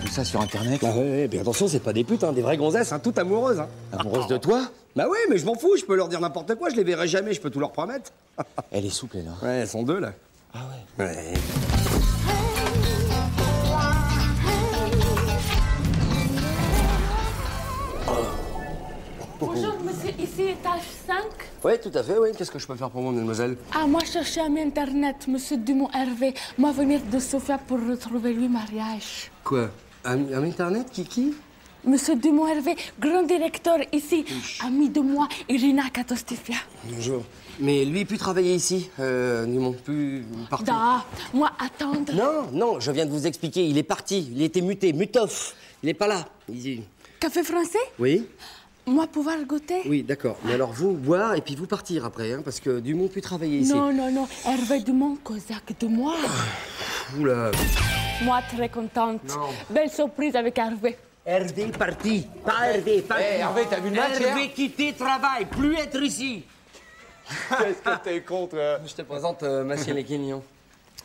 Tout ça sur Internet Bah ouais, ouais, mais attention, c'est pas des putes, hein, des vraies gonzesses, hein, toutes amoureuses. Hein. Ah, Amoureuse de toi Bah ouais, mais je m'en fous, je peux leur dire n'importe quoi, je les verrai jamais, je peux tout leur promettre. Elle est souple, elle. hein. Ouais, elles sont deux là. Ah ouais Ouais. Bonjour monsieur, ici étage 5. Ouais, tout à fait, oui. Qu'est-ce que je peux faire pour moi, mademoiselle Ah, moi chercher à internet monsieur Dumont Hervé. Moi venir de Sofia pour retrouver lui mariage. Quoi un, un internet, Kiki Monsieur Dumont Hervé, grand directeur ici, ami de moi, Irina Katostifia. Bonjour. Mais lui, plus travailler ici, euh, Dumont, plus parti. Da, Ah, moi attendre. Non, non, je viens de vous expliquer, il est parti, il était muté, mutof. Il est pas là. Il- Café français Oui Moi pouvoir goûter Oui, d'accord. Mais alors vous, boire et puis vous partir après, hein, parce que Dumont plus travailler ici. Non, non, non, Hervé Dumont, Cosaque de moi. Oula. Moi très contente. Non. Belle surprise avec Hervé. Hervé parti, pas Hervé parti. Eh, Hervé, t'as vu le match Hervé hier quitter travail, plus être ici. Qu'est-ce que t'es contre euh, Je te présente euh, Massiel et Quignon.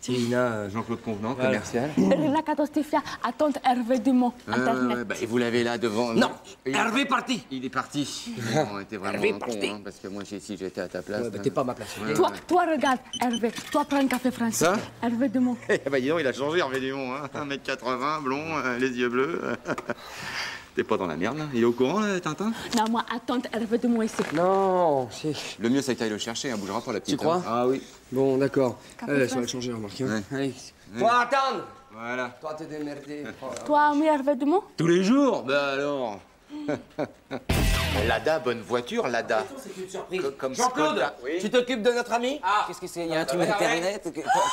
Tina, Jean-Claude Convenant, euh, commercial. Irina Katostifia, attendre Hervé Dumont, Euh, internet. bah, et vous l'avez là devant. Non, Il- Hervé parti. Il est parti. On était vraiment Hervé un con, parti. hein, parce que moi, j'ai- si j'étais à ta place. Ouais, bah, hein. t'es pas à ma place. Ouais, Toi, ouais. toi, regarde, Hervé, toi prends un café français. Ça Hervé Dumont. Eh bah, dis donc, il a changé, Hervé Dumont. Hein. 1m80, blond, euh, les yeux bleus. T'es pas dans la merde, là Il est au courant, là, Tintin Non, moi, attends, Hervé Dumont ici. Non, c'est... Le mieux, c'est que t'ailles le chercher, hein. bougera pas la petite. Tu crois hein. Ah oui. Bon, d'accord. Café Euh, ça français. va changer, remarque. hein. Ouais. Allez. Toi, attendre. Voilà. Toi, te démerder. Toi, ami Hervé Dumont Tous les jours Bah alors Lada, bonne voiture, Lada. C'est une surprise. Co- comme Jean-Claude, Ah, Skoda, oui. tu t'occupes de notre ami Ah Qu'est-ce que c'est Il y a un truc internet ou que- Hervé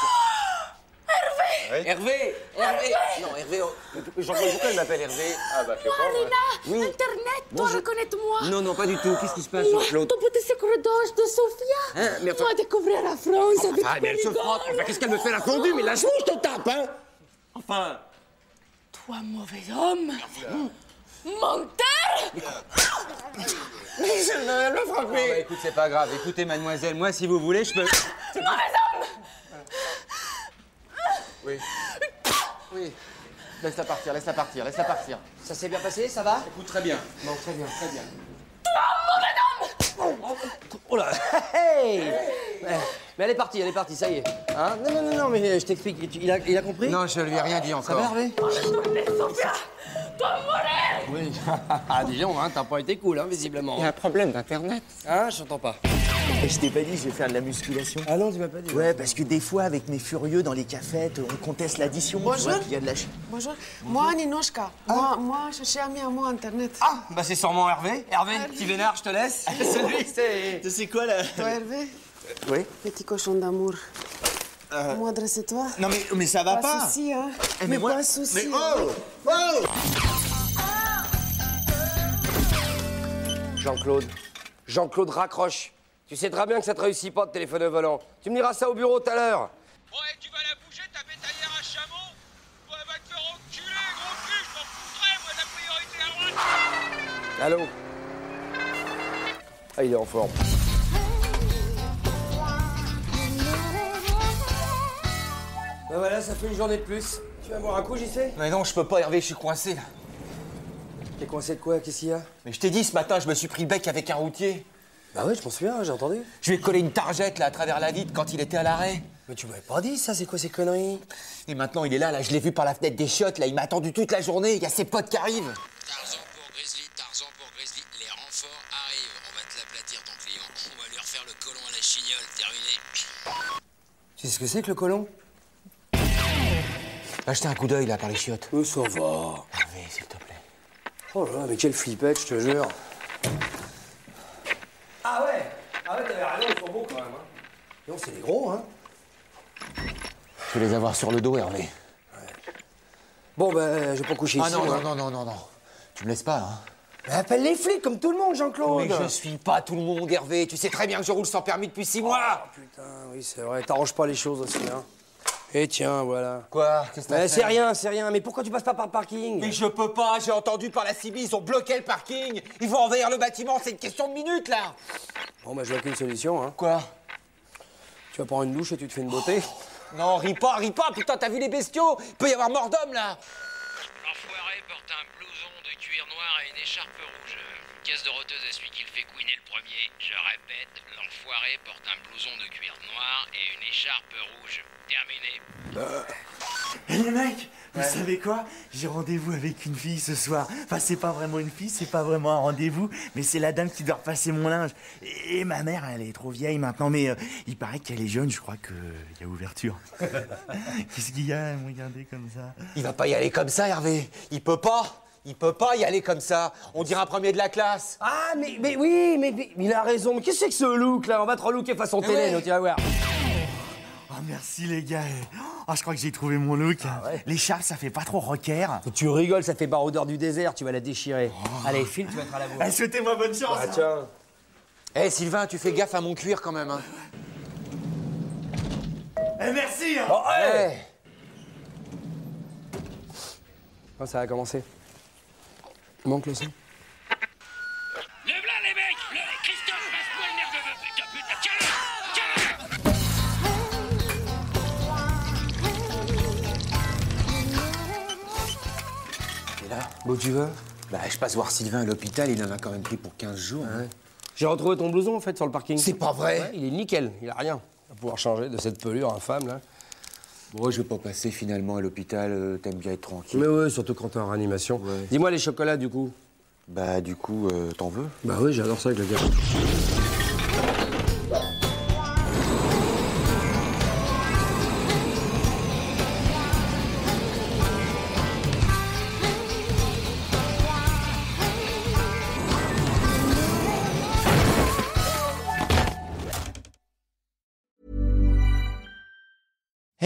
Hervé Hervé Non, Hervé, oh, Jean-Claude, pourquoi il m'appelle Hervé Ah bah, fais pas, ouais. Marina, Oui. Internet, toi, Bonjour. reconnais-moi. Non, non, pas du tout. Qu'est-ce qui se passe, Moi, Jean-Claude ton petit secret d'ange de Sofia. Hein, mais enfin- Moi, découvrir la France avec Ah, mais elle se Périgord. frotte Enfin, Qu'est-ce qu'elle me fait la fondue Mais lâche-moi, je te tape, hein Enfin Toi, mauvais homme. Menteur Je ne le frappe Ah Bon, bah, écoute, c'est pas grave. Écoutez, mademoiselle, moi, si vous voulez, je peux. Mauvais homme Oui. Laisse-la partir, laisse-la partir, laisse-la partir. Ça s'est bien passé, ça va Écoute, très bien. Bon, très bien, très bien. Oh là hey Ouais. Mais elle est partie, elle est partie, ça y est. Hein non, non, non, non, mais je t'explique. Tu- Il a, il a compris Non, je lui ai rien dit encore. Ça va, Hervé Toi, mourir Oui. ah, dis donc, hein, t'as pas été cool, hein, visiblement. un problème d'Internet. Hein, j'entends pas. Et je t'ai pas dit, je vais faire de la musculation. Ah non, tu m'as pas dit. Ouais, parce que des fois, avec mes furieux dans les cafettes, on conteste l'addition. tu Bonjour. vois, puis Il y a de la ch- Bonjour. Moi, Ninochka. Ah. Moi, moi, je cherche à moi Internet. Ah, bah c'est sûrement Hervé. Hervé, petit vénard, je te laisse. Ah, Celui, c'est. Tu sais quoi, là Toi, Hervé Oui. Euh. Petit cochon d'amour. Moi, dresse-toi. Non, mais, mais ça va Pas pas. souci, hein. Eh, mais moi- pas souci. Mais oh Oh Jean-Claude. Jean-Claude, raccroche. Tu sais très bien que ça te réussit pas de téléphoner au volant. Tu me diras ça au bureau tout à l'heure. Ouais, tu vas la bouger, ta bétaillère à chameau Ouais, va te faire enculer, gros cul, je m'en foutrais, moi, de la priorité à droite Allô Ah, il est en forme. Bah voilà, ça fait une journée de plus. Tu vas boire un coup, j'y sais Mais non, je peux pas, Hervé, je suis coincé. là. T'es coincé de quoi Qu'est-ce qu'il y a Mais je t'ai dit, ce matin, je me suis pris le bec avec un routier. Bah ouais, je m'en souviens, j'ai entendu. Je lui ai collé une targette, là, à travers la vitre, quand il était à l'arrêt. Mais tu m'avais pas dit ça, c'est quoi ces conneries Et maintenant, il est là, là, je l'ai vu par la fenêtre des chiottes, là, il m'a attendu toute la journée, il y a ses potes qui arrivent. Tarzan pour Grizzly, Tarzan pour Grizzly, les renforts arrivent. On va te l'aplatir ton client. On va lui refaire le colon à la chignole, terminé. Tu sais ce que c'est que le colon Va jeter un coup d'œil, là, par les chiottes. Mais Euh, ça va. Hervé, s'il te plaît. Oh là là, mais quelle flippette, je te jure. Ah ouais Ah ouais, t'avais raison, ils sont beaux quand même. Hein. Non, c'est des gros, hein Je vais les avoir sur le dos, Hervé. Bon, ben, je vais pas coucher Ah ici. non, moi. non, non, non, non, non. Tu me laisses pas, hein Ben, appelle les flics, comme tout le monde, Jean-Claude. Mais je suis pas tout le monde, Hervé. Tu sais très bien que je roule sans permis depuis six mois. Ah, Putain, oui, c'est vrai, t'arranges pas les choses aussi, hein. Et tiens, voilà. Quoi Qu'est-ce que t'as Ben, fait c'est rien, c'est rien, mais pourquoi tu passes pas par le parking Mais je peux pas, j'ai entendu par la CIBI, ils ont bloqué le parking. Ils vont envahir le bâtiment, c'est une question de minutes, là. Bon, ben, je vois qu'une solution, hein. Quoi Tu vas prendre une douche et tu te fais une beauté. Non, ris pas, ris pas, putain, t'as vu les bestiaux Il peut y avoir mort d'homme, là L'enfoiré porte un blouson de cuir noir et une écharpe rouge. Une caisse de roteuse à celui qui le fait couiner le premier. Je répète, l'enfoiré porte un blouson de cuir noir et une écharpe rouge. Terminé. Eh les mecs, vous savez quoi J'ai rendez-vous avec une fille ce soir. Enfin, c'est pas vraiment une fille, c'est pas vraiment un rendez-vous, mais c'est la dame qui doit repasser mon linge. Et ma mère, elle est trop vieille maintenant, mais euh, il paraît qu'elle est jeune, je crois que il y a ouverture. Qu'est-ce qu'il y a à me regarder comme ça Il va pas y aller comme ça, Hervé. Il peut pas. Il peut pas y aller comme ça. On dirait un premier de la classe. Ah, mais, mais oui, mais, mais il a raison. Mais qu'est-ce que c'est que ce look, là On va te relooker façon télé, ouais. nous, tu vas voir. Oh, merci les gars. Oh, je crois que j'ai trouvé mon look. L'écharpe, ça fait pas trop rocker. Tu rigoles, ça fait baroudeur du désert, tu vas la déchirer. Allez, file, tu vas être à la bourre. Eh, Souhaitez-moi bonne chance. Ah, tiens. Eh, Sylvain, tu fais gaffe à mon cuir quand même. Hein. Eh, merci. hein. Ouais. Quand ça a commencé Il manque le son. Lève là, les mecs Le- Christophe, passe-moi le nerf de putain, putain Tiens-le Tiens-le Et là Bon, tu vas Bah, je passe voir Sylvain à l'hôpital, il en a quand même pris pour 15 jours. hein. J'ai retrouvé ton blouson, en fait, sur le parking. C'est pas vrai Ouais, il est nickel, il a rien. On va pouvoir changer de cette pelure infâme, là. Bon, je vais pas passer finalement à l'hôpital, euh, t'aimes bien être tranquille. Mais ouais, surtout quand t'es en réanimation. Ouais. Dis-moi les chocolats, du coup. Bah, du coup, euh, t'en veux Bah oui, j'adore ça avec le gars.